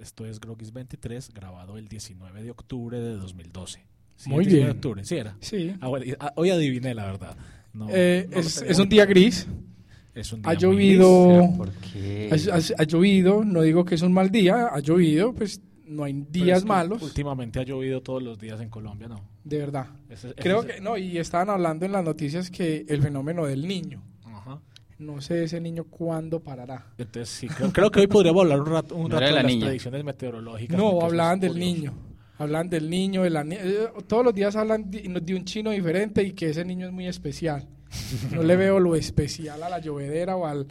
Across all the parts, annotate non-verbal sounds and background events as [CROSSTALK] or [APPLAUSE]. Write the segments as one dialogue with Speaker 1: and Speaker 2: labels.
Speaker 1: Esto es Grogis 23, grabado el 19 de octubre de 2012. Sí, 19
Speaker 2: Muy
Speaker 1: de
Speaker 2: bien.
Speaker 1: octubre, sí era.
Speaker 2: Sí.
Speaker 1: Ah, bueno, y- ah, hoy adiviné la verdad. No,
Speaker 2: Eh,
Speaker 1: no lo
Speaker 2: es,
Speaker 1: tenía
Speaker 2: es un
Speaker 1: muy
Speaker 2: día
Speaker 1: claro.
Speaker 2: gris,
Speaker 1: Es un
Speaker 2: ha
Speaker 1: día muy
Speaker 2: llovido,
Speaker 3: Pero ¿Por qué?
Speaker 2: ha, ha- ha llovido, no digo que es un mal día, ha llovido, pues no hay
Speaker 1: Pero
Speaker 2: días
Speaker 1: es que
Speaker 2: malos,
Speaker 1: Últimamente ha llovido todos los días en Colombia, ¿no?
Speaker 2: de verdad.
Speaker 1: Ese- ese
Speaker 2: Creo
Speaker 1: es-
Speaker 2: que, no, y estaban hablando en las noticias que el fenómeno del niño,
Speaker 1: Ajá.
Speaker 2: no sé ese niño cuándo parará.
Speaker 1: Entonces, sí, creo, creo que hoy podríamos hablar un rato, un
Speaker 3: No
Speaker 1: rato
Speaker 3: era
Speaker 1: de
Speaker 3: la
Speaker 1: las
Speaker 3: niña.
Speaker 1: predicciones meteorológicas.
Speaker 2: No,
Speaker 1: porque eso
Speaker 2: hablaban
Speaker 1: es
Speaker 2: del
Speaker 1: odioso.
Speaker 2: niño, hablaban del niño, de la ni- eh, todos los días hablan de, de un chino diferente y que ese niño es muy especial. No le veo lo especial a la llovedera o al,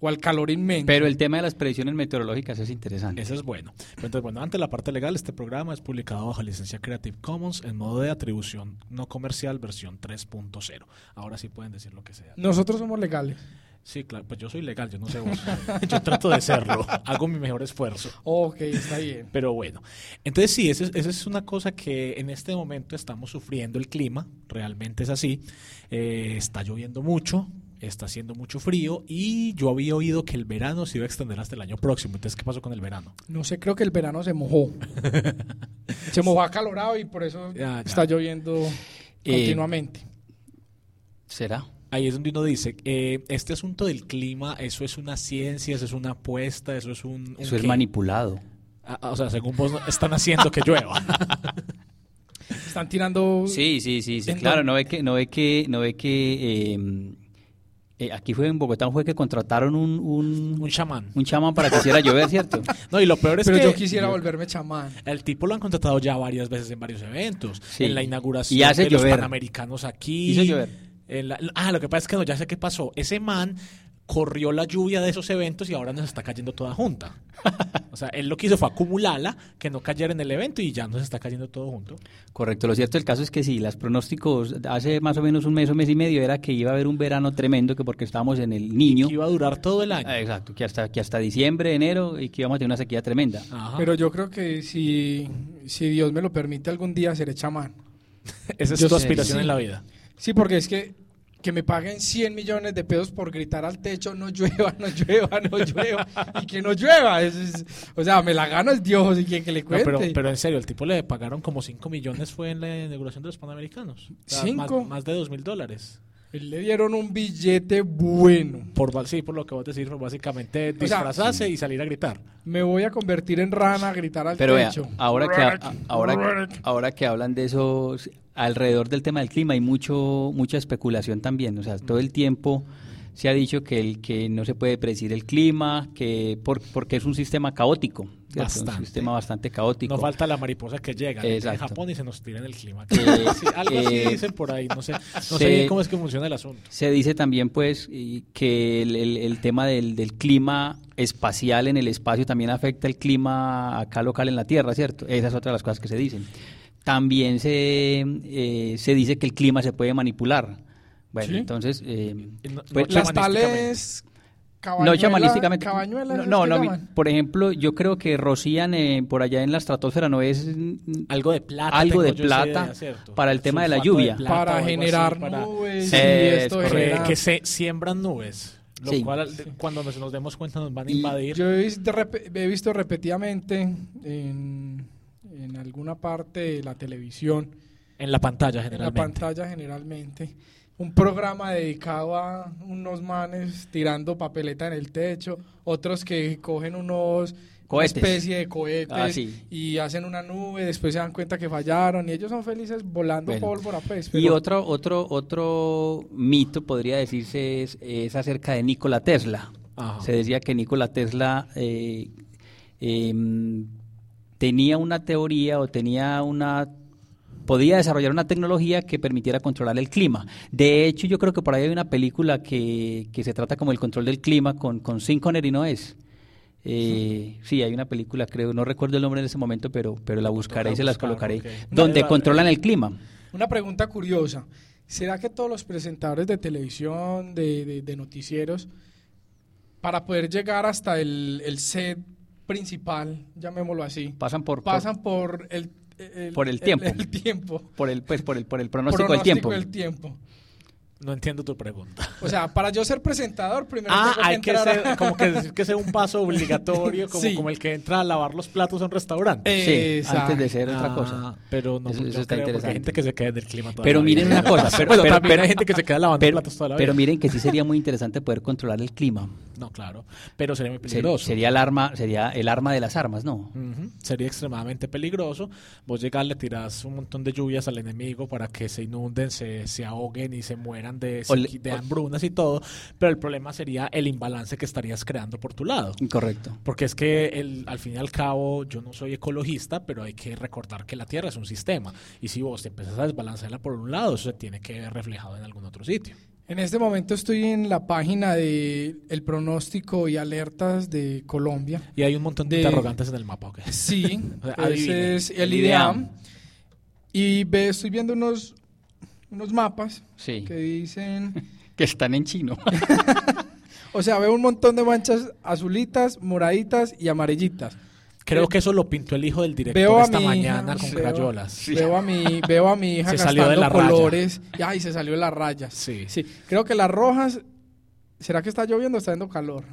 Speaker 2: o al calor inmenso.
Speaker 3: Pero el tema de las predicciones meteorológicas es interesante.
Speaker 1: Eso es bueno. Pero Entonces, bueno, ante la parte legal, este programa es publicado bajo licencia Creative Commons en modo de atribución no comercial versión 3.0. Ahora sí pueden decir lo que sea.
Speaker 2: Nosotros somos legales.
Speaker 1: Sí, claro, pues yo soy legal, yo no sé vos. [LAUGHS] yo trato de serlo, hago mi mejor esfuerzo.
Speaker 2: Ok, está bien.
Speaker 1: Pero bueno, entonces sí, esa es, esa es una cosa que en este momento estamos sufriendo el clima, realmente es así. Eh, está lloviendo mucho, está haciendo mucho frío y yo había oído que el verano se iba a extender hasta el año próximo. Entonces, ¿qué pasó con el verano?
Speaker 2: No sé, creo que el verano se mojó. se mojó acalorado y por eso
Speaker 1: [LAUGHS] Ya, ya.
Speaker 2: está lloviendo
Speaker 3: Eh,
Speaker 2: continuamente.
Speaker 3: ¿Será?
Speaker 1: Ahí es donde uno dice, eh, este asunto del clima, eso es una ciencia, eso es una apuesta, eso es un... un
Speaker 3: Eso es
Speaker 1: qué.
Speaker 3: manipulado.
Speaker 1: Ah, ah, O sea, según vos, no- están haciendo que llueva. [LAUGHS]
Speaker 2: Están tirando.
Speaker 3: Sí, sí, sí, sí,
Speaker 2: ¿En
Speaker 3: claro,
Speaker 2: dónde?
Speaker 3: no ve que, no ve que, no ve que eh, eh, aquí fue en Bogotá fue que contrataron un,
Speaker 1: un
Speaker 3: un,
Speaker 1: chamán.
Speaker 3: un chamán para que hiciera llover, ¿cierto?
Speaker 1: No, y lo peor es
Speaker 2: pero
Speaker 1: que...
Speaker 2: yo quisiera volverme chamán.
Speaker 1: El tipo lo han contratado ya varias veces en varios eventos.
Speaker 3: Sí.
Speaker 1: En la inauguración
Speaker 3: Y hace
Speaker 1: de los
Speaker 3: llover.
Speaker 1: panamericanos aquí.
Speaker 3: Hizo llover.
Speaker 1: en la- ah, lo que pasa es que no, ya sé qué pasó. Ese man corrió la lluvia de esos eventos y ahora nos está cayendo toda
Speaker 3: [LAUGHS]
Speaker 1: junta. o sea, él lo que hizo fue acumularla, que no cayera en el evento y ya nos está cayendo todo junto.
Speaker 3: [LAUGHS] Correcto, lo cierto del caso es que sí, las pronósticos hace más o menos un mes o mes y medio era que iba a haber un verano tremendo, que porque estábamos en el niño.
Speaker 1: Que iba a durar todo el año.
Speaker 3: Ah, Exacto, que hasta, que hasta diciembre, enero, y que íbamos a tener una sequía tremenda.
Speaker 1: Ajá.
Speaker 2: Pero yo creo que si, si Dios me lo permite algún día seré chamán.
Speaker 1: Esa es
Speaker 2: yo
Speaker 1: tu
Speaker 2: sé,
Speaker 1: aspiración
Speaker 2: sí.
Speaker 1: en la vida.
Speaker 2: Sí, porque es que que me paguen 100 millones de pesos por gritar al techo, no llueva, no llueva, no llueva, y que no llueva. eso es- o sea, me la gano el Dios y quien que le
Speaker 1: No,
Speaker 2: cuente.
Speaker 1: pero, pero en serio, el tipo le pagaron como 5 millones fue en la inauguración de los Panamericanos. O sea, más-
Speaker 2: ¿Cinco?
Speaker 1: Más, de 2 mil dólares.
Speaker 2: Le dieron un billete bueno.
Speaker 1: Por, ba- sí, por lo que vos decís, por básicamente
Speaker 2: sea,
Speaker 1: disfrazarse y salir a gritar.
Speaker 2: Me voy a convertir en rana a gritar al
Speaker 3: Pero vea, ah,
Speaker 2: techo.
Speaker 3: ahora que, a- ahora, que- ahora que hablan de eso, alrededor del tema del clima hay mucho, mucha especulación también. O sea,
Speaker 2: Mm.
Speaker 3: todo el tiempo se ha dicho que, el, que no se puede predecir el clima, que por- porque es un sistema caótico. ¿cierto?
Speaker 1: Bastante.
Speaker 3: Un sistema bastante caótico.
Speaker 1: No falta la mariposa que llega en
Speaker 3: Exacto.
Speaker 1: Japón y se nos tira en el clima.
Speaker 3: Eh,
Speaker 1: [LAUGHS] Sí, algo así
Speaker 3: eh,
Speaker 1: dicen por ahí, no sé, no sé
Speaker 3: se-
Speaker 1: bien cómo es que funciona el asunto.
Speaker 3: Se dice también, pues, y que el, el- el tema del, del clima espacial en el espacio también afecta el clima acá local en la Tierra, ¿cierto? Esa es otra de las cosas que se dicen. También se, eh, se dice que el clima se puede manipular. Bueno,
Speaker 2: Sí.
Speaker 3: entonces... eh,
Speaker 1: No-
Speaker 3: pues,
Speaker 1: no
Speaker 2: Las
Speaker 1: chamanísticamente.
Speaker 2: tales.
Speaker 3: no,
Speaker 2: cabañuela-
Speaker 3: chamalísticamente.
Speaker 2: Cabañuelas.
Speaker 3: No,
Speaker 2: ¿es
Speaker 3: no,
Speaker 2: que
Speaker 3: mi-
Speaker 2: llaman?
Speaker 3: por ejemplo, yo creo que rocían eh, por allá en la estratosfera, ¿no es mm,
Speaker 1: Algo de plata.
Speaker 3: Algo
Speaker 1: tengo
Speaker 3: de
Speaker 1: yo esa
Speaker 3: plata
Speaker 1: ¿cierto?
Speaker 3: para el tema de la
Speaker 1: Sulfato
Speaker 3: lluvia.
Speaker 1: plata o
Speaker 2: para
Speaker 1: algo así,
Speaker 2: generar
Speaker 1: para-
Speaker 2: nubes.
Speaker 3: Sí,
Speaker 2: y
Speaker 3: es
Speaker 2: esto
Speaker 3: correcto.
Speaker 1: Que,
Speaker 2: genera-
Speaker 1: Eh, que se siembran nubes. Lo
Speaker 3: Sí.
Speaker 1: cual, de- cuando nos, nos demos cuenta, nos van a
Speaker 3: Y
Speaker 1: invadir.
Speaker 2: Yo he vis- de rep- he visto repetidamente en, en alguna parte de la televisión,
Speaker 1: en la pantalla,
Speaker 2: en la
Speaker 1: generalmente.
Speaker 2: pantalla generalmente, un programa dedicado a unos manes tirando papeleta en el techo, otros que cogen unos
Speaker 3: Cohetes.
Speaker 2: una especie de cohetes
Speaker 3: Ah, sí.
Speaker 2: y hacen una nube, después se dan cuenta que fallaron y ellos son felices volando
Speaker 3: Bueno.
Speaker 2: pólvora, pues.
Speaker 3: Y
Speaker 2: pero-
Speaker 3: otro, otro, otro mito, podría decirse, es, es acerca de Nikola Tesla.
Speaker 1: Ajá.
Speaker 3: Se decía que Nikola Tesla eh, em, tenía una teoría o tenía una podía desarrollar una tecnología que permitiera controlar el clima. De hecho, yo creo que por ahí hay una película que, que se trata como el control del clima con, con Sean Connery, ¿no es? Eh, sí, hay una película, creo, no recuerdo el nombre en ese momento, pero, pero la buscaré y se las
Speaker 1: buscar,
Speaker 3: colocaré,
Speaker 1: ok. Vale,
Speaker 3: donde
Speaker 1: vale.
Speaker 3: controlan el clima.
Speaker 2: Una pregunta curiosa. ¿Será que todos los presentadores de televisión, de, de- de noticieros, para poder llegar hasta el, el set principal, llamémoslo así,
Speaker 3: pasan por por-
Speaker 2: pasan por el,
Speaker 3: Por el tiempo.
Speaker 2: el tiempo?
Speaker 3: por el pues por el por el
Speaker 2: Pronóstico
Speaker 3: pronóstico del tiempo
Speaker 2: del tiempo.
Speaker 1: No entiendo tu
Speaker 2: [LAUGHS]
Speaker 1: pregunta.
Speaker 2: O sea, para yo ser presentador, primero
Speaker 1: Ah,
Speaker 2: tengo que
Speaker 1: hay que
Speaker 2: entrar a-
Speaker 1: ser, como que decir que sea un paso obligatorio, como,
Speaker 2: Sí.
Speaker 1: como el que entra a lavar los platos en restaurantes.
Speaker 2: Eh,
Speaker 3: Sí,
Speaker 2: Exacto.
Speaker 3: antes de ser otra cosa.
Speaker 1: Ah, Pero no,
Speaker 3: Eso-
Speaker 1: yo
Speaker 3: eso está
Speaker 1: creo, porque
Speaker 3: interesante.
Speaker 1: hay gente que se queda del clima toda
Speaker 3: Pero
Speaker 1: la
Speaker 3: miren
Speaker 1: vida. [LAUGHS]
Speaker 3: una cosa, pero-
Speaker 1: Bueno,
Speaker 3: pero-
Speaker 1: también
Speaker 3: pero-
Speaker 1: hay gente que se queda lavando
Speaker 3: Pero,
Speaker 1: platos toda la
Speaker 3: pero
Speaker 1: vida.
Speaker 3: miren que sí
Speaker 1: [LAUGHS]
Speaker 3: sería muy interesante poder controlar el clima.
Speaker 1: No, claro. Pero sería muy
Speaker 3: Se-
Speaker 1: peligroso. Mm.
Speaker 3: sería el arma, sería el arma de las armas, ¿no?
Speaker 1: Ujú, Sería extremadamente peligroso. Vos llegás, le tirás un montón de lluvias al enemigo para que se inunden, se, se ahoguen y se mueran de,
Speaker 3: O le-
Speaker 1: de
Speaker 3: o-
Speaker 1: hambrunas y todo. Pero el problema sería el imbalance que estarías creando por tu lado.
Speaker 3: Incorrecto.
Speaker 1: Porque es que el- al fin y al cabo yo no soy ecologista, pero hay que recordar que la Tierra es un sistema. Y si vos te empezás a desbalancearla por un lado, eso se tiene que ver reflejado en algún otro sitio.
Speaker 2: [LAUGHS] En este momento estoy en la página de el pronóstico y alertas de Colombia.
Speaker 1: Y hay un montón de,
Speaker 2: De-
Speaker 1: interrogantes en el mapa. ¿ok?
Speaker 2: Sí,
Speaker 1: O sea, adivine.
Speaker 2: ese es el
Speaker 3: Ideam.
Speaker 2: IDEAM. Y ve, estoy viendo unos, unos mapas
Speaker 3: Sí.
Speaker 2: que dicen...
Speaker 3: Que están en chino. [LAUGHS]
Speaker 2: O sea, veo un montón de manchas azulitas, moraditas y amarillitas.
Speaker 1: Creo que eso lo pintó el hijo del director
Speaker 2: Veo a
Speaker 1: esta
Speaker 2: mi hija,
Speaker 1: mañana con
Speaker 2: veo-
Speaker 1: crayolas.
Speaker 2: Veo a mi, veo a mi hija
Speaker 1: Se
Speaker 2: gastando
Speaker 1: salió de la raya.
Speaker 2: colores. Y, ay, se salió de las rayas.
Speaker 1: Sí.
Speaker 2: Sí, creo que las rojas... ¿Será que está lloviendo o está dando calor?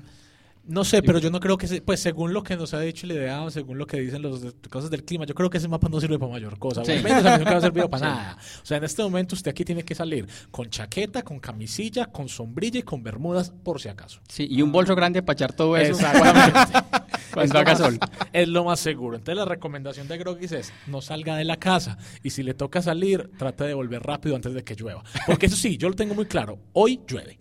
Speaker 1: No sé, pero yo no creo que, se- pues según lo que nos ha dicho el IDEA, según lo que dicen las cosas del clima, yo creo que ese mapa no sirve para mayor cosa. o
Speaker 3: Sí.
Speaker 1: al menos a
Speaker 3: [LAUGHS]
Speaker 1: mí nunca me ha servido para nada. O sea, en este momento usted aquí tiene que salir con chaqueta, con camisilla, con sombrilla y con bermudas, por si acaso.
Speaker 3: Sí, y un bolso grande para echar todo eso [LAUGHS]
Speaker 1: Exactamente.
Speaker 3: cuando haga pues, sol.
Speaker 1: Es lo más seguro. Entonces la recomendación de Grogis es no salga de la casa y si le toca salir, trate de volver rápido antes de que llueva. Porque eso sí, yo lo tengo muy claro. Hoy llueve.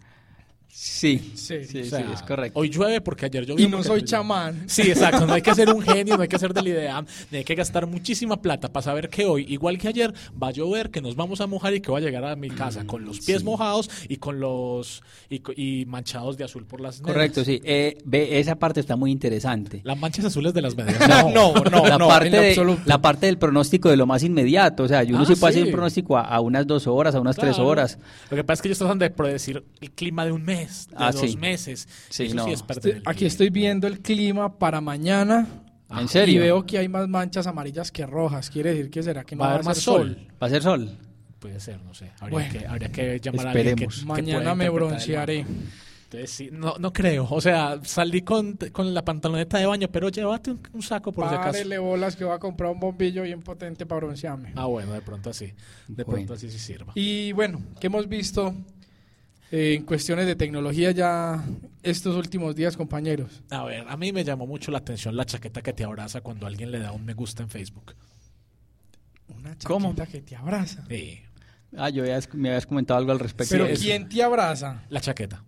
Speaker 3: Sí,
Speaker 2: Sí.
Speaker 3: sí, sí,
Speaker 1: O sea,
Speaker 3: es correcto.
Speaker 1: Hoy llueve porque ayer llovió.
Speaker 2: Y no
Speaker 1: porque
Speaker 2: soy
Speaker 1: antes llovió.
Speaker 2: chamán.
Speaker 1: Sí, exacto. No hay que ser un genio, no hay que ser del IDEAM. ni Hay que gastar muchísima plata para saber que hoy, igual que ayer, va a llover, que nos vamos a mojar y que va a llegar a mi casa con los pies
Speaker 3: Mm, sí.
Speaker 1: mojados y con los y, co- y manchados de azul por las medias.
Speaker 3: Correcto, sí. Eh, ve, esa parte está muy
Speaker 1: [LAUGHS]
Speaker 3: interesante.
Speaker 1: Las manchas azules de las
Speaker 3: [LAUGHS]
Speaker 1: medias.
Speaker 2: No, no,
Speaker 3: la
Speaker 2: no,
Speaker 3: parte
Speaker 2: en lo
Speaker 3: de-
Speaker 2: absoluto.
Speaker 3: la parte del pronóstico de lo más inmediato, o sea, yo uno
Speaker 1: Ah,
Speaker 3: sí puede hacer
Speaker 1: sí.
Speaker 3: un pronóstico a, a unas dos horas, a unas tres
Speaker 1: Claro.
Speaker 3: horas.
Speaker 1: Lo que pasa es que ellos tratan de predecir el clima de un mes, de
Speaker 3: Ah,
Speaker 1: dos
Speaker 3: sí.
Speaker 1: meses.
Speaker 3: Sí,
Speaker 1: Eso
Speaker 3: no.
Speaker 1: sí es perder el
Speaker 2: Aquí
Speaker 1: pie.
Speaker 2: estoy viendo el clima para mañana.
Speaker 3: ¿En
Speaker 2: Y
Speaker 3: serio?
Speaker 2: veo que hay más manchas amarillas que rojas. Quiere decir que será que no
Speaker 1: Va a
Speaker 2: va,
Speaker 1: haber más
Speaker 2: ser
Speaker 1: sol.
Speaker 3: ¿Va a ser sol?
Speaker 1: Puede ser, no sé. Habría,
Speaker 2: Bueno.
Speaker 1: que, habría que llamar a alguien que-
Speaker 3: Esperemos.
Speaker 1: que pueda
Speaker 2: Mañana me
Speaker 1: interpretar el
Speaker 2: broncearé.
Speaker 1: mapa. Entonces, sí, no, no creo. O sea, salí con, con la pantaloneta de baño, pero llévate un, un saco por si
Speaker 2: Párele
Speaker 1: acaso.
Speaker 2: bolas que voy a comprar un bombillo bien potente para broncearme.
Speaker 1: Ah, bueno, de pronto así. De
Speaker 3: Bueno.
Speaker 1: pronto así sí sirva.
Speaker 2: Y bueno, ¿qué hemos visto eh, en cuestiones de tecnología ya estos últimos días, compañeros?
Speaker 1: A ver, a mí me llamó mucho la atención la chaqueta que te abraza cuando alguien le da un me gusta en Facebook.
Speaker 2: Una
Speaker 3: ¿Cómo?
Speaker 2: chaqueta que te abraza.
Speaker 1: Sí,
Speaker 3: Ah, yo ya es- me habías comentado algo al
Speaker 1: Pues
Speaker 3: respecto.
Speaker 2: Pero
Speaker 3: de eso.
Speaker 2: ¿quién te abraza?
Speaker 1: la chaqueta.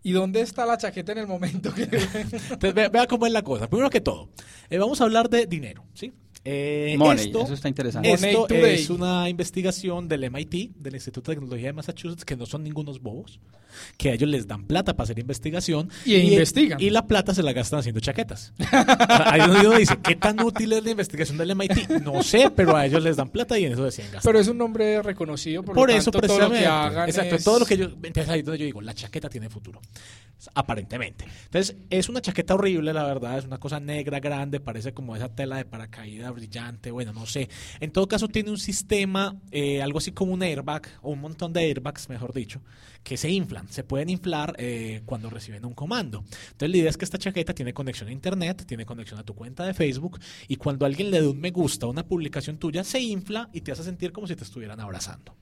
Speaker 2: ¿Y dónde está la chaqueta en el
Speaker 1: [LAUGHS]
Speaker 2: momento que... [LAUGHS]
Speaker 1: Entonces, ve- vea, cómo es la cosa. Primero que todo, eh, vamos a hablar de dinero, ¿sí? Eh,
Speaker 3: Money,
Speaker 1: esto-
Speaker 3: eso está interesante.
Speaker 2: es-
Speaker 1: Esto
Speaker 2: Money Today.
Speaker 1: es una investigación del MIT, del Instituto de Tecnología de Massachusetts, que no son ningunos bobos, que a ellos les dan plata para hacer investigación
Speaker 2: Y investigan.
Speaker 1: Y la plata se la gastan haciendo chaquetas. [LAUGHS] O sea, Ahí es donde uno dice, ¿qué tan útil es la investigación del MIT? No sé, pero a ellos les dan plata y en eso decían gastar.
Speaker 2: Pero es un nombre reconocido, por,
Speaker 1: por
Speaker 2: lo
Speaker 1: eso,
Speaker 2: tanto, todo lo
Speaker 1: precisamente.
Speaker 2: que hagan
Speaker 1: Exacto,
Speaker 2: es-
Speaker 1: todo lo que yo. Entonces ahí es donde yo digo, la chaqueta tiene futuro. Aparentemente. Entonces, es una chaqueta horrible, la verdad. Es una cosa negra, grande. Parece como esa tela de paracaídas brillante. Bueno, no sé. En todo caso, tiene un sistema, eh, algo así como un airbag, o un montón de airbags, mejor dicho, que se inflan. Se pueden inflar eh, cuando reciben un comando. Entonces, la idea es que esta chaqueta tiene conexión a internet, tiene conexión a tu cuenta de Facebook. Y cuando alguien le da un me gusta a una publicación tuya, se infla y te hace sentir como si te estuvieran abrazando.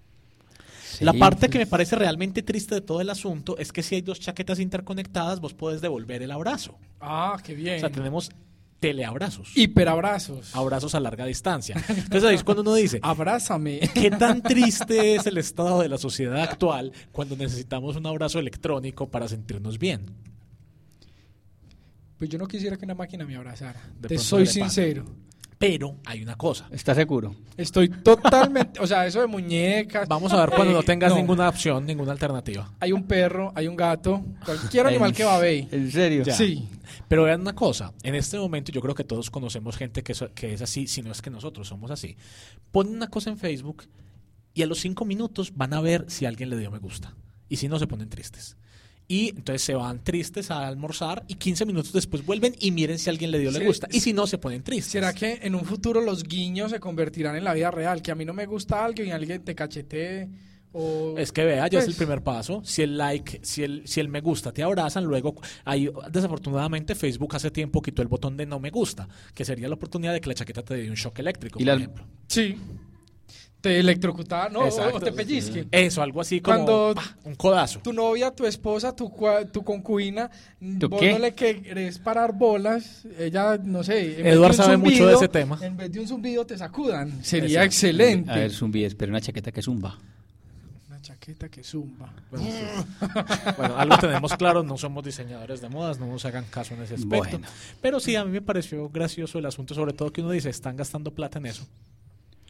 Speaker 1: La
Speaker 3: Sí.
Speaker 1: parte que me parece realmente triste de todo el asunto es que si hay dos chaquetas interconectadas, vos podés devolver el abrazo.
Speaker 2: Ah, qué bien.
Speaker 1: O sea, tenemos teleabrazos.
Speaker 2: Hiperabrazos.
Speaker 1: abrazos a larga distancia. Entonces ahí es cuando uno dice,
Speaker 2: Ah. Abrázame. [LAUGHS]
Speaker 1: ¿qué tan triste es el estado de la sociedad actual cuando necesitamos un abrazo electrónico para sentirnos bien?
Speaker 2: Pues yo no quisiera que una máquina me abrazara.
Speaker 1: De
Speaker 2: Te
Speaker 1: pronto
Speaker 2: soy
Speaker 1: le pasa.
Speaker 2: sincero.
Speaker 1: Pero hay una cosa.
Speaker 3: ¿Está seguro?
Speaker 2: Estoy totalmente... o sea, eso de muñecas...
Speaker 1: [LAUGHS] Vamos a ver cuando
Speaker 2: eh,
Speaker 1: no tengas ninguna opción, ninguna alternativa.
Speaker 2: Hay un perro, hay un gato, cualquier animal
Speaker 3: En-
Speaker 2: que babe.
Speaker 3: ¿En serio?
Speaker 1: Ya.
Speaker 2: Sí.
Speaker 1: Pero vean una cosa, en este momento yo creo que todos conocemos gente que, so- que es así, si no es que nosotros somos así. Ponen una cosa en Facebook y a los cinco minutos van a ver si alguien le dio me gusta. Y si no, se ponen tristes. Y entonces se van tristes a almorzar y 15 minutos después vuelven y miren si alguien le dio le
Speaker 2: Sí.
Speaker 1: gusta. Y si no, se ponen tristes.
Speaker 2: ¿Será que en un futuro los guiños se convertirán en la vida real? Que a mí no me gusta algo y alguien te cachetee O-
Speaker 1: Es que vea, ya es el
Speaker 2: pues,
Speaker 1: primer paso. Si el like, si el, si el me gusta te abrazan, luego ahí, desafortunadamente Facebook hace tiempo quitó el botón de no me gusta, que sería la oportunidad de que la chaqueta te dé un shock eléctrico,
Speaker 3: Y
Speaker 1: por
Speaker 3: la-
Speaker 1: ejemplo.
Speaker 2: Sí. Te electrocutaba, ¿no? O-
Speaker 1: Exacto,
Speaker 2: O te
Speaker 1: sí.
Speaker 2: pellizque.
Speaker 1: Eso, algo así como
Speaker 2: Cuando-
Speaker 1: pa, un codazo.
Speaker 2: Tu novia, tu esposa, tu, cua- tu concubina,
Speaker 3: ¿Tu
Speaker 2: vos
Speaker 3: qué?
Speaker 2: no le querés parar bolas, ella, no sé. en vez
Speaker 1: Eduard
Speaker 2: de un
Speaker 1: sabe mucho de ese tema.
Speaker 2: En vez de un zumbido te sacudan. Sería
Speaker 1: Exacto.
Speaker 2: excelente.
Speaker 3: A ver, zumbi, espera una chaqueta que zumba.
Speaker 2: Una chaqueta que zumba.
Speaker 1: Bueno, sí. Bueno, algo tenemos claro, no somos diseñadores de modas, no nos hagan caso en ese aspecto.
Speaker 3: Bueno.
Speaker 1: Pero sí, a mí me pareció gracioso el asunto, sobre todo que uno dice, están gastando plata en eso.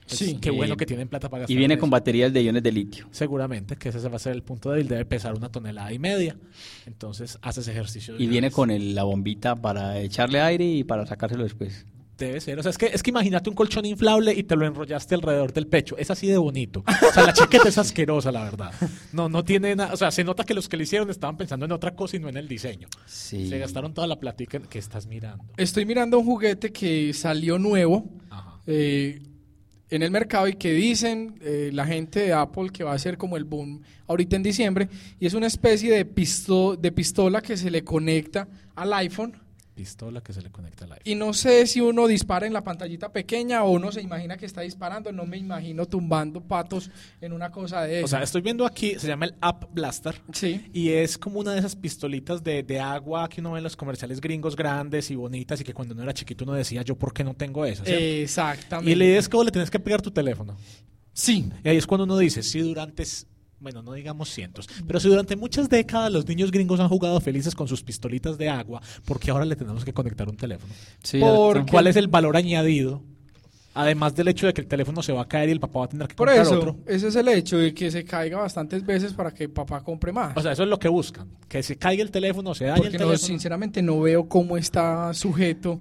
Speaker 1: Pues,
Speaker 2: Sí.
Speaker 1: Qué
Speaker 3: Y-
Speaker 1: bueno que tienen plata para gastar.
Speaker 3: Y viene
Speaker 1: en
Speaker 3: con
Speaker 1: eso.
Speaker 3: baterías de iones de litio.
Speaker 1: Seguramente, que ese va a ser el punto débil, debe pesar una tonelada y media. Entonces, haces ejercicio. de
Speaker 3: Y
Speaker 1: una
Speaker 3: viene
Speaker 1: vez.
Speaker 3: con el- la bombita para echarle aire y para sacárselo después.
Speaker 1: Debe ser. O sea, es que, es que imagínate un colchón inflable y te lo enrollaste alrededor del pecho. Es así de bonito. O sea, la chaqueta es asquerosa, la verdad. No, no tiene nada. O sea, se nota que los que le hicieron estaban pensando en otra cosa y no en el diseño.
Speaker 3: Sí.
Speaker 1: Se gastaron toda la platica en- que estás mirando.
Speaker 2: Estoy mirando un juguete que salió nuevo
Speaker 1: Ajá.
Speaker 2: eh, en el mercado y que dicen eh, la gente de Apple que va a ser como el boom ahorita en diciembre. Y es una especie de, pisto- de pistola que se le conecta al iPhone.
Speaker 1: Pistola que se le conecta al iPhone.
Speaker 2: Y no sé si uno dispara en la pantallita pequeña o uno se imagina que está disparando. No me imagino tumbando patos en una cosa de
Speaker 1: O
Speaker 2: eso.
Speaker 1: sea, estoy viendo aquí, se llama el App Blaster.
Speaker 2: sí.
Speaker 1: Y es como una de esas pistolitas de, de agua que uno ve en los comerciales gringos grandes y bonitas y que cuando uno era chiquito uno decía, yo por qué no tengo eso.
Speaker 2: Eh,
Speaker 1: ¿cierto?
Speaker 2: Exactamente.
Speaker 1: y la idea es que vos le tenés que pegar tu teléfono.
Speaker 2: Sí.
Speaker 1: Y ahí es cuando uno dice, si durante, s- bueno, no digamos cientos, pero si durante muchas décadas los niños gringos han jugado felices con sus pistolitas de agua, porque ahora le tenemos que conectar un teléfono?
Speaker 3: Sí,
Speaker 2: Por-
Speaker 3: harto.
Speaker 1: ¿Cuál es el valor añadido? Además del hecho de que el teléfono se va a caer y el papá va a tener que
Speaker 2: Por
Speaker 1: comprar
Speaker 2: eso,
Speaker 1: otro.
Speaker 2: ese es el hecho de que se caiga bastantes veces para que papá compre más.
Speaker 1: O sea, eso es lo que buscan. Que se caiga el teléfono, se dañe
Speaker 2: Porque
Speaker 1: el
Speaker 2: no,
Speaker 1: teléfono.
Speaker 2: sinceramente no veo cómo está sujeto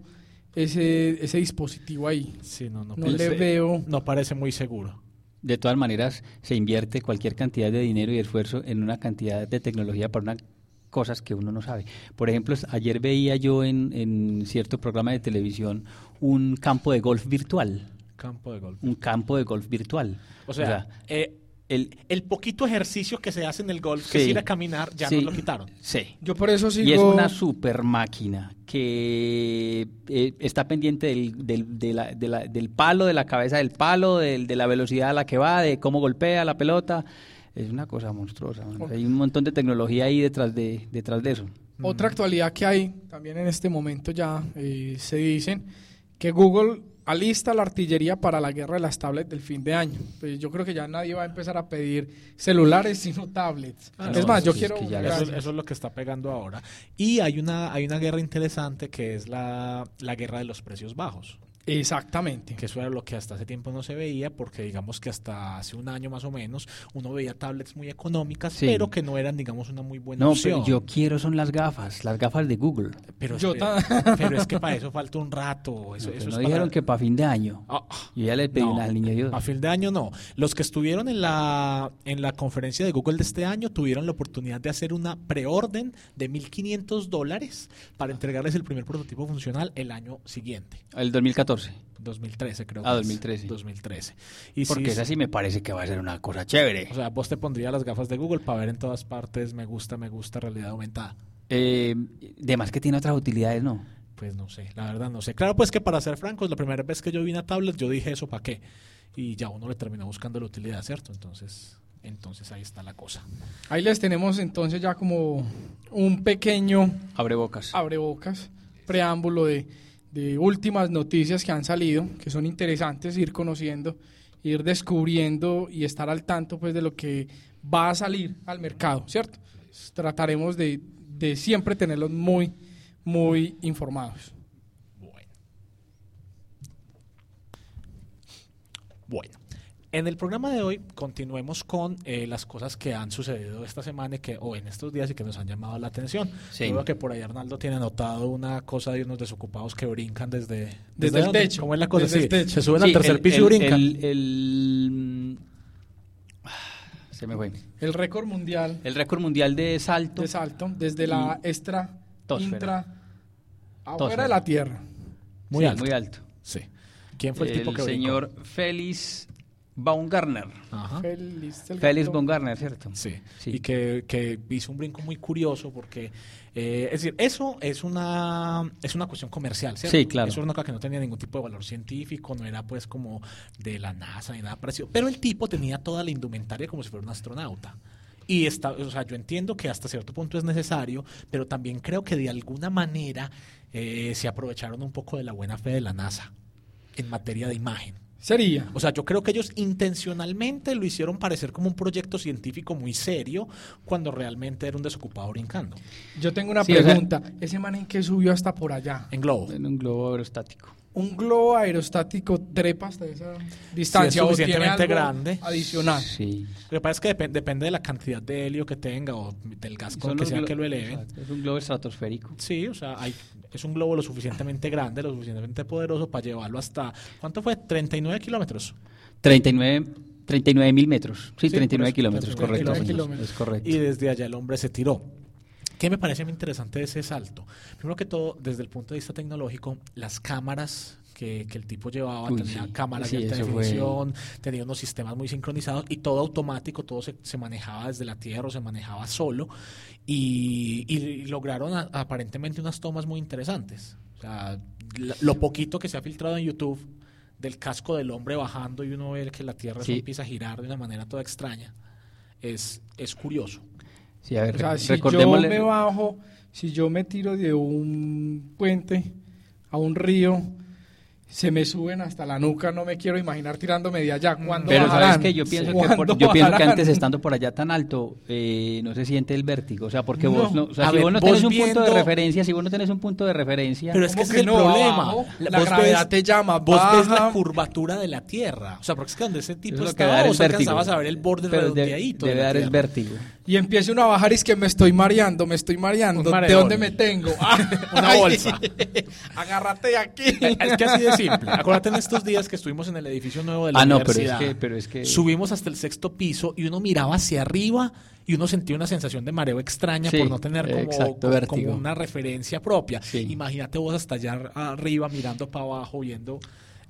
Speaker 2: ese, ese dispositivo ahí.
Speaker 1: Sí, no, pues, eh, no
Speaker 2: No
Speaker 1: parece-
Speaker 2: le veo.
Speaker 1: no parece muy seguro.
Speaker 3: De todas maneras, se invierte cualquier cantidad de dinero y esfuerzo en una cantidad de tecnología para unas cosas que uno no sabe. Por ejemplo, s- ayer veía yo en, en cierto programa de televisión un campo de golf virtual.
Speaker 1: Campo de golf.
Speaker 3: Un campo de golf virtual.
Speaker 1: O sea, eh,
Speaker 3: el,
Speaker 1: el poquito ejercicio que se hace en el golf, que
Speaker 3: Sí.
Speaker 1: es ir a caminar, ya
Speaker 3: sí,
Speaker 1: nos lo quitaron.
Speaker 3: Sí.
Speaker 2: Yo por eso sigo.
Speaker 3: Y es una super máquina que eh, está pendiente del, del, de la- de la- del palo, de la cabeza del palo, del- de la velocidad a la que va, de cómo golpea la pelota. Es una cosa monstruosa. man. Hay un montón de tecnología ahí detrás de, detrás de eso.
Speaker 2: Otra actualidad que hay también en este momento ya eh, se dicen que Google alista la artillería para la guerra de las tablets del fin de año. Pues yo creo que ya nadie va a empezar a pedir celulares sino tablets.
Speaker 1: Ah,
Speaker 2: es
Speaker 1: no,
Speaker 2: más,
Speaker 1: eso
Speaker 2: yo
Speaker 1: sí
Speaker 2: quiero
Speaker 3: es que ya
Speaker 2: una
Speaker 3: lo-
Speaker 1: Eso, es-
Speaker 2: gracia.
Speaker 1: eso es lo que está pegando ahora. Y hay una, hay una guerra interesante que es la, la guerra de los precios bajos,
Speaker 2: Exactamente.
Speaker 1: que eso era lo que hasta hace tiempo no se veía, porque digamos que hasta hace un año más o menos uno veía tablets muy económicas,
Speaker 3: Sí.
Speaker 1: pero que no eran, digamos, una muy buena
Speaker 3: No,
Speaker 1: opción.
Speaker 3: pero yo quiero son las gafas, las gafas de Google.
Speaker 1: pero,
Speaker 2: yo
Speaker 1: espera, pero es que para
Speaker 3: [LAUGHS]
Speaker 1: eso falta un rato. Eso,
Speaker 3: Pero
Speaker 1: eso
Speaker 3: no
Speaker 1: es para-
Speaker 3: dijeron que para fin de año.
Speaker 1: Ah, ah.
Speaker 3: Yo ya le pedí
Speaker 1: No,
Speaker 3: una al niño Dios.
Speaker 1: A fin de año no. Los que estuvieron en la, en la conferencia de Google de este año tuvieron la oportunidad de hacer una preorden de 1.500 dólares para entregarles el primer prototipo funcional el año siguiente.
Speaker 3: El 2014.
Speaker 1: 2013 creo.
Speaker 3: Ah,
Speaker 1: que es.
Speaker 3: 2013.
Speaker 1: 2013. Y
Speaker 3: Porque
Speaker 1: sí,
Speaker 3: esa sí me parece que va a ser una cosa chévere.
Speaker 1: o sea, vos te pondrías las gafas de Google para ver en todas partes me gusta, me gusta, realidad aumentada.
Speaker 3: Eh, de más que tiene otras utilidades, ¿no?
Speaker 1: Pues no sé, la verdad no sé. Claro, pues que para ser francos, la primera vez que yo vi una tablet, yo dije eso, ¿para qué? Y ya uno le terminó buscando la utilidad, ¿cierto? Entonces, entonces ahí está la cosa.
Speaker 2: Ahí les tenemos entonces ya como un pequeño
Speaker 3: Abre bocas.
Speaker 2: abrebocas, preámbulo de, de últimas noticias que han salido, que son interesantes ir conociendo, ir descubriendo y estar al tanto pues de lo que va a salir al mercado, ¿cierto? Trataremos de, de siempre tenerlos muy, muy informados.
Speaker 1: Bueno. Bueno. En el programa de hoy continuemos con eh, las cosas que han sucedido esta semana y que, o en estos días y que nos han llamado la atención.
Speaker 3: Sí.
Speaker 1: Yo veo que por ahí Arnaldo tiene anotado una cosa de unos desocupados que brincan desde, desde,
Speaker 2: Desde el
Speaker 1: dónde?
Speaker 2: techo.
Speaker 1: ¿Cómo es la cosa?
Speaker 2: Desde
Speaker 1: Sí,
Speaker 2: el techo.
Speaker 1: Se suben al
Speaker 3: Sí,
Speaker 1: tercer
Speaker 3: el-
Speaker 1: piso
Speaker 3: el-
Speaker 1: y brincan.
Speaker 3: el- el- ah, se me fue.
Speaker 2: El récord mundial
Speaker 3: El récord mundial de salto.
Speaker 2: de salto desde la extra,
Speaker 3: Tosfera.
Speaker 2: intra, afuera
Speaker 3: Tosfera.
Speaker 2: de la Tierra.
Speaker 1: muy
Speaker 3: Sí,
Speaker 1: alto.
Speaker 3: Muy alto.
Speaker 1: Sí. ¿Quién fue el, tipo que brincó?
Speaker 3: señor Félix Baumgartner.
Speaker 1: Ajá.
Speaker 2: Félix el
Speaker 3: Félix
Speaker 2: gato.
Speaker 3: Baumgartner, ¿cierto?
Speaker 1: Sí.
Speaker 3: Sí.
Speaker 1: Y que, que hizo un brinco muy curioso porque, eh, es decir, eso es una, es una cuestión comercial, ¿cierto?
Speaker 3: Sí, claro.
Speaker 1: Eso era una cosa que no tenía ningún tipo de valor científico, no era pues como de la NASA ni nada parecido. Pero el tipo tenía toda la indumentaria como si fuera un astronauta. Y está, o sea, yo entiendo que hasta cierto punto es necesario, pero también creo que de alguna manera eh, se aprovecharon un poco de la buena fe de la NASA en materia de imagen.
Speaker 2: Sería.
Speaker 1: O sea, yo creo que ellos intencionalmente lo hicieron parecer como un proyecto científico muy serio cuando realmente era un desocupado brincando
Speaker 2: Yo tengo una
Speaker 3: Sí, o sea-
Speaker 2: pregunta. ¿Ese man en qué subió hasta por allá?
Speaker 1: en globo.
Speaker 3: En un globo aerostático.
Speaker 2: ¿Un globo aerostático trepa hasta esa distancia o tiene
Speaker 1: suficientemente
Speaker 2: algo
Speaker 1: grande.
Speaker 2: adicional?
Speaker 3: Sí.
Speaker 1: Lo que pasa es que depen- depende de la cantidad de helio que tenga o del gas con
Speaker 3: Son
Speaker 1: que
Speaker 3: los
Speaker 1: sea
Speaker 3: glo-
Speaker 1: que lo eleven.
Speaker 3: Exacto, Es un globo estratosférico.
Speaker 1: Sí, o sea, hay, es un globo lo suficientemente grande, lo suficientemente poderoso para llevarlo hasta, ¿cuánto fue? 39 kilómetros.
Speaker 3: 39 39 mil metros. Sí,
Speaker 1: Sí, por
Speaker 3: 39
Speaker 1: eso,
Speaker 3: kilómetros,
Speaker 1: 39
Speaker 3: correcto.
Speaker 2: kilómetros.
Speaker 3: Es correcto.
Speaker 1: Y desde allá el hombre se tiró. ¿Qué me parece muy interesante de ese salto? Primero que todo, desde el punto de vista tecnológico, las cámaras que, que el tipo llevaba,
Speaker 3: Uy,
Speaker 1: tenía
Speaker 3: sí.
Speaker 1: cámaras
Speaker 3: Sí,
Speaker 1: de alta
Speaker 3: eso fue-
Speaker 1: definición, tenía unos sistemas muy sincronizados y todo automático, todo se, se manejaba desde la Tierra o se manejaba solo y, y lograron a- aparentemente unas tomas muy interesantes. O sea, la- lo poquito que se ha filtrado en YouTube del casco del hombre bajando y uno ve que la Tierra se
Speaker 3: Sí.
Speaker 1: empieza a girar de una manera toda extraña, es, es curioso.
Speaker 3: Sí, a ver,
Speaker 2: O sea, si
Speaker 3: recordémosle-
Speaker 2: yo me bajo, si yo me tiro de un puente a un río, se me suben hasta la nuca, no me quiero imaginar tirándome de allá. ¿Cuándo
Speaker 3: Mm. Pero sabes
Speaker 2: bajarán?
Speaker 3: que yo pienso, que, por-
Speaker 2: ¿Cuándo
Speaker 3: yo pienso que
Speaker 2: bajarán?
Speaker 3: antes estando por allá tan alto eh, no se siente el vértigo, o sea, porque
Speaker 2: No.
Speaker 3: vos no, o sea,
Speaker 1: A
Speaker 3: si
Speaker 1: ver,
Speaker 3: vos no
Speaker 1: vos
Speaker 3: tenés un punto de
Speaker 1: viendo-
Speaker 3: referencia, si vos no tenés un punto de referencia,
Speaker 1: Pero es que
Speaker 2: ¿Cómo
Speaker 1: ese
Speaker 2: que
Speaker 1: es el
Speaker 2: no?
Speaker 1: problema.
Speaker 2: Abajo,
Speaker 1: La-
Speaker 2: la
Speaker 1: vos
Speaker 2: gravedad
Speaker 1: ves-
Speaker 2: te llama,
Speaker 1: Vos ves la
Speaker 2: baja.
Speaker 1: curvatura de la Tierra. O sea, porque es que donde ese
Speaker 3: eso es
Speaker 1: tipo
Speaker 3: lo que va a
Speaker 1: estaba,
Speaker 3: dar
Speaker 1: vos
Speaker 3: el vértigo.
Speaker 1: alcanzabas a ver el borde
Speaker 3: Pero de-
Speaker 1: redondeadito. de
Speaker 3: debe
Speaker 1: la
Speaker 3: dar el
Speaker 1: Tierra.
Speaker 3: vértigo.
Speaker 2: Y empiezo uno a bajar y es que me estoy mareando, me estoy mareando.
Speaker 1: Un mareón.
Speaker 2: ¿De dónde me tengo? Ah,
Speaker 3: [LAUGHS]
Speaker 1: Una
Speaker 2: ay,
Speaker 1: bolsa.
Speaker 2: [LAUGHS] Agárrate de aquí.
Speaker 1: Es que así de simple. Acuérdate en estos días que estuvimos en el edificio nuevo de la
Speaker 3: Ah, no, pero es
Speaker 1: universidad.
Speaker 3: que, pero es que
Speaker 1: Subimos hasta el sexto piso y uno miraba hacia arriba y uno sentía una sensación de mareo extraña
Speaker 3: Sí,
Speaker 1: por no tener como,
Speaker 3: exacto,
Speaker 1: como-
Speaker 3: vértigo.
Speaker 1: como una referencia propia.
Speaker 3: Sí.
Speaker 1: Imagínate vos hasta allá arriba mirando para abajo, viendo.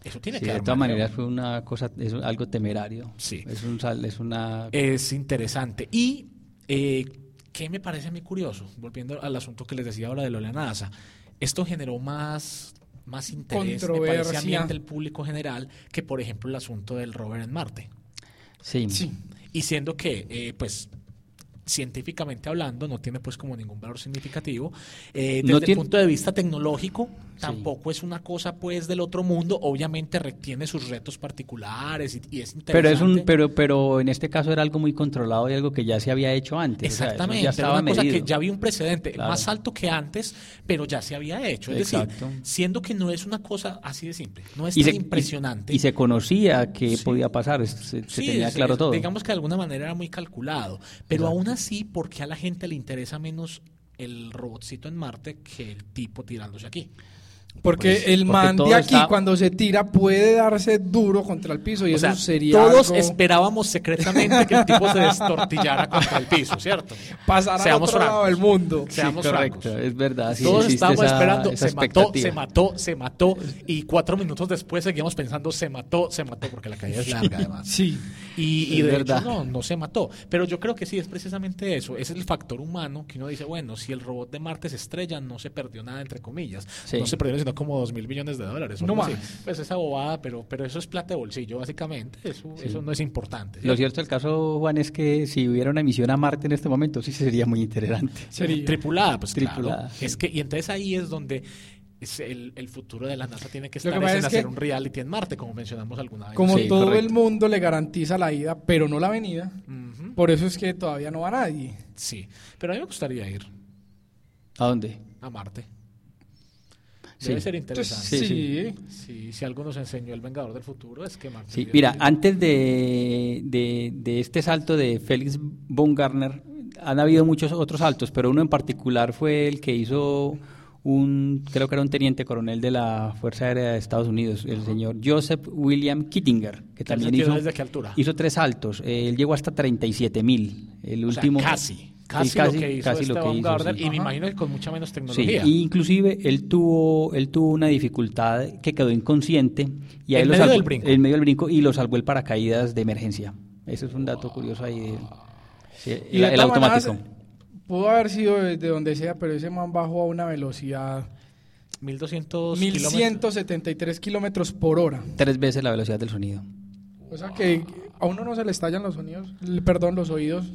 Speaker 1: Eso tiene
Speaker 3: sí,
Speaker 1: que
Speaker 3: de
Speaker 1: dar
Speaker 3: todas
Speaker 1: mareo.
Speaker 3: maneras fue una cosa, es algo temerario.
Speaker 1: Sí. Eh,
Speaker 3: Es un sal- es una
Speaker 1: Es interesante. Y, eh, ¿qué me parece a mí curioso? Volviendo al asunto que les decía ahora de lo de la NASA. Esto generó más, más interés, me parece a mí,
Speaker 2: Controversia.
Speaker 1: ante el público general, que, por ejemplo, el asunto del rover en Marte.
Speaker 3: sí.
Speaker 2: Sí.
Speaker 1: Y siendo que, eh, pues, científicamente hablando, no tiene pues como ningún valor significativo. Eh, desde
Speaker 3: No
Speaker 1: el
Speaker 3: tiene-
Speaker 1: punto de vista tecnológico, tampoco es una cosa pues del otro mundo. Obviamente retiene sus retos particulares y, y es interesante.
Speaker 3: Pero es un pero pero en este caso era algo muy controlado y algo que ya se había hecho antes, o sea, eso
Speaker 1: Exactamente,
Speaker 3: ya
Speaker 1: era
Speaker 3: estaba
Speaker 1: una cosa
Speaker 3: medido.
Speaker 1: que ya había un precedente
Speaker 3: Claro.
Speaker 1: más alto que antes, pero ya se había hecho. Es
Speaker 3: Exacto.
Speaker 1: decir, siendo que no es una cosa así de simple, no es
Speaker 3: Y
Speaker 1: tan
Speaker 3: se-
Speaker 1: impresionante.
Speaker 3: Y, se conocía que
Speaker 1: Sí.
Speaker 3: podía pasar, es- se, se
Speaker 1: Sí,
Speaker 3: tenía
Speaker 1: es-
Speaker 3: claro
Speaker 1: es-
Speaker 3: todo.
Speaker 1: Digamos que de alguna manera era muy calculado, pero
Speaker 3: Exacto.
Speaker 1: aún así, ¿por qué a la gente le interesa menos el robotcito en Marte que el tipo tirándose aquí?
Speaker 2: Porque
Speaker 3: Pues,
Speaker 2: el
Speaker 3: porque
Speaker 2: man
Speaker 3: todo
Speaker 2: de aquí,
Speaker 3: está-
Speaker 2: cuando se tira, puede darse duro contra el piso y
Speaker 1: o
Speaker 2: eso
Speaker 1: sea,
Speaker 2: sería.
Speaker 1: todos
Speaker 2: algo-
Speaker 1: esperábamos secretamente que el tipo se destortillara contra el piso,
Speaker 3: [LAUGHS]
Speaker 1: ¿cierto?
Speaker 2: pasar al
Speaker 1: seamos
Speaker 2: otro lado
Speaker 1: francos.
Speaker 2: del mundo.
Speaker 1: Sí. seamos
Speaker 3: correcto,
Speaker 1: francos.
Speaker 3: es verdad. sí
Speaker 1: Todos
Speaker 3: existe
Speaker 1: estábamos
Speaker 3: esa-
Speaker 1: esperando,
Speaker 3: esa
Speaker 1: se mató, se
Speaker 3: expectativa.
Speaker 1: mató, se mató. Y cuatro minutos después seguíamos pensando, se mató, se mató, porque la caída es larga además.
Speaker 2: Sí.
Speaker 1: Y, y
Speaker 3: Es
Speaker 1: de
Speaker 3: verdad.
Speaker 1: hecho no, no se mató. Pero yo creo que sí, es precisamente eso. Es el factor humano que uno dice, bueno, si el robot de Marte se estrella, no se perdió nada, entre comillas.
Speaker 3: Sí.
Speaker 1: No se perdió sino como dos mil millones de dólares. o
Speaker 2: No
Speaker 1: algo así.
Speaker 2: más.
Speaker 1: Pues esa bobada, pero, pero eso es plata de bolsillo, básicamente. Eso, eso no es importante.
Speaker 3: Lo cierto del caso, Juan, es que si hubiera una misión a Marte en este momento, sí sería muy interesante.
Speaker 2: Sería.
Speaker 1: Tripulada, pues
Speaker 3: Tripulada,
Speaker 1: claro.
Speaker 3: sí.
Speaker 1: Es que, y entonces ahí es donde es el, el futuro de la NASA tiene que
Speaker 2: Lo que
Speaker 1: estar
Speaker 2: pasa
Speaker 1: es en
Speaker 2: es
Speaker 1: hacer
Speaker 2: que-
Speaker 1: un reality en Marte, como mencionamos alguna vez.
Speaker 2: Como
Speaker 3: Sí,
Speaker 2: todo
Speaker 3: correcto.
Speaker 2: el mundo le garantiza la ida, pero no la venida.
Speaker 1: Ujú,
Speaker 2: Por eso es que todavía no va nadie.
Speaker 1: Sí, pero a mí me gustaría ir
Speaker 3: ¿A dónde?
Speaker 1: a Marte.
Speaker 3: Sí.
Speaker 1: Debe ser
Speaker 2: Entonces,
Speaker 1: interesante.
Speaker 3: Sí,
Speaker 2: sí.
Speaker 1: Sí, si algo nos enseñó el Vengador del Futuro es que Marte.
Speaker 3: Sí,
Speaker 1: debe
Speaker 3: mira,
Speaker 1: ser-
Speaker 3: antes de, de- de este salto de Félix Baumgartner, han habido muchos otros saltos, pero uno en particular fue el que hizo un, creo que era un teniente coronel de la Fuerza Aérea de Estados Unidos, el señor Joseph William Kittinger,
Speaker 1: ¿Él se
Speaker 3: que también
Speaker 1: tiró
Speaker 3: hizo, Eh,
Speaker 1: desde qué altura?
Speaker 3: hizo tres saltos. Él llegó hasta 37 mil. El
Speaker 1: O sea,
Speaker 3: último.
Speaker 1: casi. Casi,
Speaker 3: casi-
Speaker 1: lo que hizo
Speaker 3: casi lo que
Speaker 1: Esteban
Speaker 3: hizo,
Speaker 1: Gardner,
Speaker 3: sí.
Speaker 1: y me
Speaker 2: Ajá.
Speaker 1: imagino que con mucha menos
Speaker 3: Sí,
Speaker 1: tecnología.
Speaker 3: y inclusive él tuvo, él tuvo una dificultad que quedó inconsciente y ahí
Speaker 1: ¿En
Speaker 3: lo
Speaker 1: medio
Speaker 3: salvó-
Speaker 1: del brinco?
Speaker 3: en medio del brinco y lo salvó el paracaídas de emergencia. Ese es un dato curioso ahí de- sí,
Speaker 2: Y
Speaker 3: el,
Speaker 2: de
Speaker 3: el
Speaker 2: todas maneras,
Speaker 3: automático.
Speaker 2: pudo haber sido desde donde sea, pero ese man bajó a una velocidad
Speaker 1: 1200 kilómetros.
Speaker 2: 1173 kilómetros por hora.
Speaker 3: Tres veces la velocidad del sonido.
Speaker 2: O sea que a uno no se le estallan los sonidos, l- perdón, los oídos.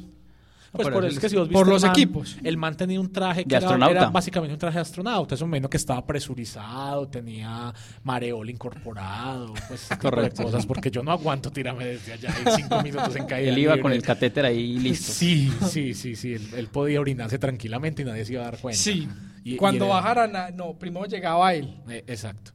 Speaker 1: Pues
Speaker 3: Por
Speaker 1: por, eso
Speaker 3: eso
Speaker 1: es
Speaker 3: es-
Speaker 1: que si vos viste
Speaker 2: por
Speaker 1: el
Speaker 2: los
Speaker 1: man,
Speaker 2: equipos.
Speaker 1: El man tenía un traje que
Speaker 3: De
Speaker 1: era,
Speaker 3: astronauta.
Speaker 1: era básicamente un traje de astronauta. Eso menos que estaba presurizado, tenía mareol incorporado, pues
Speaker 3: [LAUGHS]
Speaker 1: ese tipo de
Speaker 3: Correcto.
Speaker 1: cosas. Porque yo no aguanto tirarme desde allá en
Speaker 3: [LAUGHS]
Speaker 1: cinco minutos en caída.
Speaker 3: Él iba
Speaker 1: libre.
Speaker 3: con el catéter [LAUGHS] ahí listo.
Speaker 1: Sí, sí, sí, sí. Él, él podía orinarse tranquilamente y nadie se iba a dar cuenta.
Speaker 2: Sí.
Speaker 1: [LAUGHS] Y- y
Speaker 2: Cuando
Speaker 1: era-
Speaker 2: bajaran, a- no, primero llegaba él.
Speaker 1: Eh, exacto.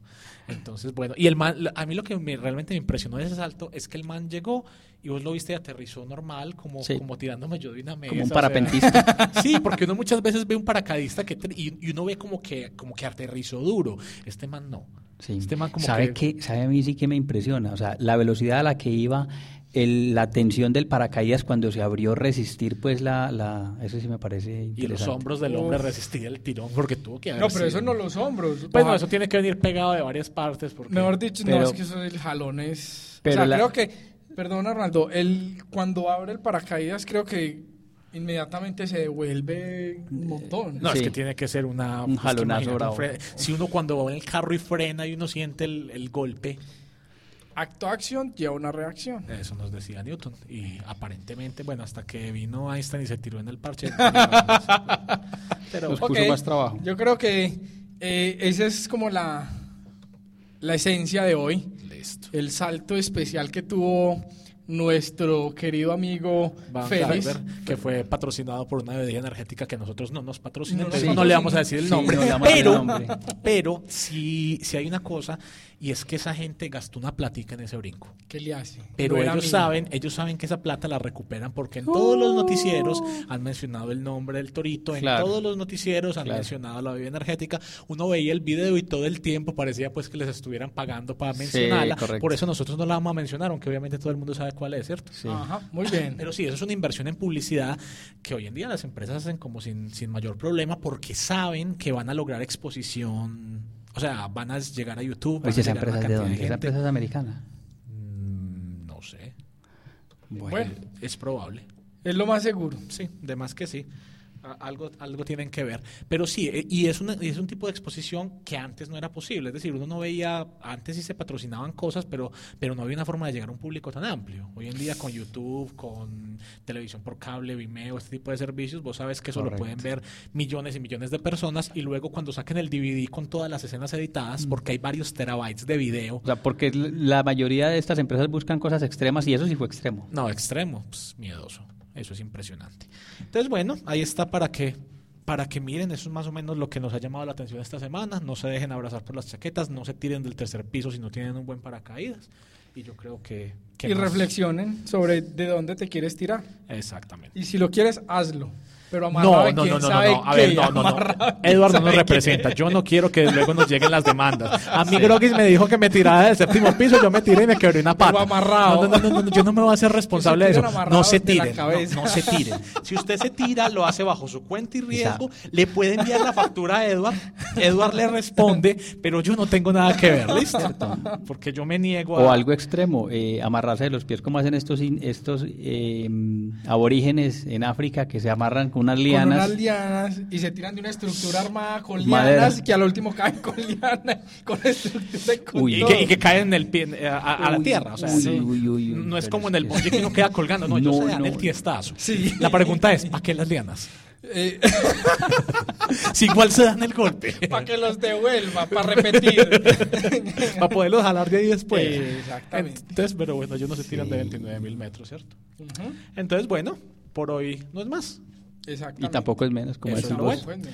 Speaker 1: Entonces, bueno, y el man, la- a mí lo que me, realmente me impresionó de ese salto es que el man llegó y vos lo viste y aterrizó normal, como,
Speaker 3: Sí.
Speaker 1: como tirándome yo de una mesa.
Speaker 3: Como un
Speaker 1: o sea,
Speaker 3: [LAUGHS] parapentista.
Speaker 1: sí, porque uno muchas veces ve un paracaidista que, tri- y, y uno ve como que, como que aterrizó duro. Este man no.
Speaker 3: Sí.
Speaker 1: Este man como
Speaker 3: ¿Sabe
Speaker 1: que-
Speaker 3: qué? ¿Sabe a mí sí que me impresiona? O sea, la velocidad a la que iba, el- la tensión del paracaídas cuando se abrió, resistir, pues la, la eso sí me parece
Speaker 1: Y los
Speaker 3: interesante.
Speaker 1: hombros del hombre
Speaker 2: Uf.
Speaker 1: resistían el tirón porque tuvo que haber
Speaker 2: No, pero
Speaker 1: sido-
Speaker 2: eso no los hombros.
Speaker 1: Pues no,
Speaker 2: Baja-
Speaker 1: eso tiene que venir pegado de varias partes. Porque...
Speaker 2: Mejor dicho, no,
Speaker 3: Pero-
Speaker 2: es que eso del jalón es...
Speaker 3: Pero
Speaker 2: o sea,
Speaker 3: la-
Speaker 2: creo que, perdón Arnaldo, él cuando abre el paracaídas creo que inmediatamente se devuelve un montón.
Speaker 1: Eh, No, es
Speaker 3: Sí.
Speaker 1: que tiene que ser una... pues,
Speaker 3: Un
Speaker 1: es que
Speaker 3: jalonazo
Speaker 1: imagínate, un
Speaker 3: bravo.
Speaker 1: fre- Si uno cuando va en el carro y frena y uno siente el, el golpe,
Speaker 2: Acto acción lleva una reacción.
Speaker 1: eso nos decía Newton. Y aparentemente, bueno, hasta que vino Einstein y se tiró en el parche. [LAUGHS] pero
Speaker 3: Nos puso
Speaker 2: Ok,
Speaker 3: más trabajo.
Speaker 2: Yo creo que eh, esa es como la, la esencia de hoy.
Speaker 1: listo.
Speaker 2: El salto especial que tuvo nuestro querido amigo
Speaker 1: Van
Speaker 2: Félix.
Speaker 1: Carver, que fue patrocinado por una bebida energética que nosotros no nos patrocina,
Speaker 2: No nos
Speaker 1: entonces no,
Speaker 2: patrocina.
Speaker 1: le vamos a decir el
Speaker 3: Sí,
Speaker 1: nombre.
Speaker 3: no le vamos a decir
Speaker 1: pero,
Speaker 3: el nombre.
Speaker 1: pero sí, sí hay una cosa, y es que esa gente gastó una platica en ese brinco.
Speaker 2: ¿Qué le hace?
Speaker 1: Pero
Speaker 2: No era
Speaker 1: ellos
Speaker 2: mío.
Speaker 1: saben, ellos saben que esa plata la recuperan porque en todos los noticieros han mencionado el nombre del torito, en
Speaker 3: ¡Oh! Claro.
Speaker 1: todos los noticieros han
Speaker 3: Claro.
Speaker 1: mencionado la bebida energética. Uno veía el video y todo el tiempo parecía pues que les estuvieran pagando para mencionarla.
Speaker 3: correcto.
Speaker 1: Por eso nosotros no la vamos a mencionar, aunque obviamente todo el mundo sabe cuál es, ¿cierto?
Speaker 3: Sí.
Speaker 2: Ajá, muy bien.
Speaker 1: Pero sí, eso es una inversión en publicidad que hoy en día las empresas hacen como sin, sin mayor problema porque saben que van a lograr exposición, o sea, van a llegar a YouTube. van
Speaker 3: Oye,
Speaker 1: a
Speaker 3: Pues esa
Speaker 1: llegar a una
Speaker 3: empresa es de
Speaker 1: cantidad
Speaker 3: dónde? Esa
Speaker 1: gente.
Speaker 3: empresa es americana.
Speaker 1: Mm, No sé,
Speaker 2: Bueno,
Speaker 1: es probable.
Speaker 2: es lo más seguro.
Speaker 1: Sí, de más que sí. A- Algo, algo tienen que ver. Pero sí, e- y es, una- y es un tipo de exposición que antes no era posible. Es decir, uno no veía, antes sí se patrocinaban cosas, pero, pero no había una forma de llegar a un público tan amplio. Hoy en día con YouTube, con televisión por cable, Vimeo, este tipo de servicios, vos sabes que eso lo
Speaker 3: Correcto.
Speaker 1: pueden ver millones y millones de personas y luego cuando saquen el DVD con todas las escenas editadas, porque hay varios terabytes de video.
Speaker 3: O sea, porque l- la mayoría de estas empresas buscan cosas extremas y eso sí fue extremo.
Speaker 1: No, extremo, pues, miedoso. Eso es impresionante. Entonces, bueno, ahí está para que para que miren, eso es más o menos lo que nos ha llamado la atención esta semana. No se dejen abrazar por las chaquetas, no se tiren del tercer piso si no tienen un buen paracaídas. Y yo creo que... que
Speaker 2: Y
Speaker 1: más.
Speaker 2: reflexionen sobre de dónde te quieres tirar.
Speaker 1: Exactamente.
Speaker 2: Y si lo quieres, hazlo. Pero amarrado
Speaker 1: No,
Speaker 2: de
Speaker 1: no,
Speaker 2: quién
Speaker 1: no, no, no,
Speaker 2: sabe
Speaker 1: no. A
Speaker 2: qué,
Speaker 1: ver, no, no, no.
Speaker 2: amarrado de quién
Speaker 1: Eduardo nos
Speaker 2: sabe
Speaker 1: representa. Yo no quiero que luego nos lleguen las demandas. A mí Grogis me dijo que me tirara del séptimo piso, yo me tiré y me quebré una pata.
Speaker 2: Pero
Speaker 1: No,
Speaker 2: amarrado.
Speaker 1: no, no, no, no, yo no me voy a hacer responsable de eso.
Speaker 2: tiran
Speaker 1: No
Speaker 2: amarrados
Speaker 1: se
Speaker 2: de la
Speaker 1: tiren. No,
Speaker 2: cabeza.
Speaker 1: no se tiren. Si usted se tira, lo hace bajo su cuenta y riesgo.
Speaker 3: Quizá.
Speaker 1: Le puede enviar la factura a Eduard. Eduard le responde, pero yo no tengo nada que ver, ¿listo? Porque yo me niego
Speaker 3: O
Speaker 1: a.
Speaker 3: algo extremo, eh, amarrarse de los pies como hacen estos in- estos eh, aborígenes en África que se amarran con unas
Speaker 2: Con
Speaker 3: lianas.
Speaker 2: unas lianas y se tiran de una estructura armada con lianas
Speaker 3: Madera.
Speaker 2: que al último caen con lianas, con estructura y con
Speaker 3: Uy.
Speaker 1: Y
Speaker 2: todo.
Speaker 1: que, y que caen en el pie, eh, a, a- a la
Speaker 3: Uy,
Speaker 1: tierra. O sea,
Speaker 3: uy,
Speaker 1: sí.
Speaker 3: uy, uy, uy,
Speaker 1: no es
Speaker 3: pero
Speaker 1: como
Speaker 3: es
Speaker 1: en el
Speaker 3: que-
Speaker 1: bolle que uno queda colgando. No, ellos
Speaker 3: No,
Speaker 1: se dan
Speaker 3: no.
Speaker 1: el tiestazo.
Speaker 2: Sí.
Speaker 1: La pregunta es, ¿para qué las lianas?
Speaker 2: Eh, [LAUGHS]
Speaker 1: Si igual se dan el
Speaker 3: [LAUGHS]
Speaker 1: golpe.
Speaker 2: para que los devuelva,
Speaker 1: [LAUGHS]
Speaker 2: para repetir.
Speaker 1: Para poderlos jalar de ahí después.
Speaker 2: Eh, exactamente.
Speaker 1: Entonces, pero bueno, ellos no se tiran de 29 mil metros, ¿cierto?
Speaker 2: Ujú,
Speaker 1: Entonces, bueno, por hoy no es más.
Speaker 2: Exactamente.
Speaker 3: Y tampoco es menos, como
Speaker 1: Eso
Speaker 3: decís
Speaker 1: es lo
Speaker 3: vos.
Speaker 1: bueno.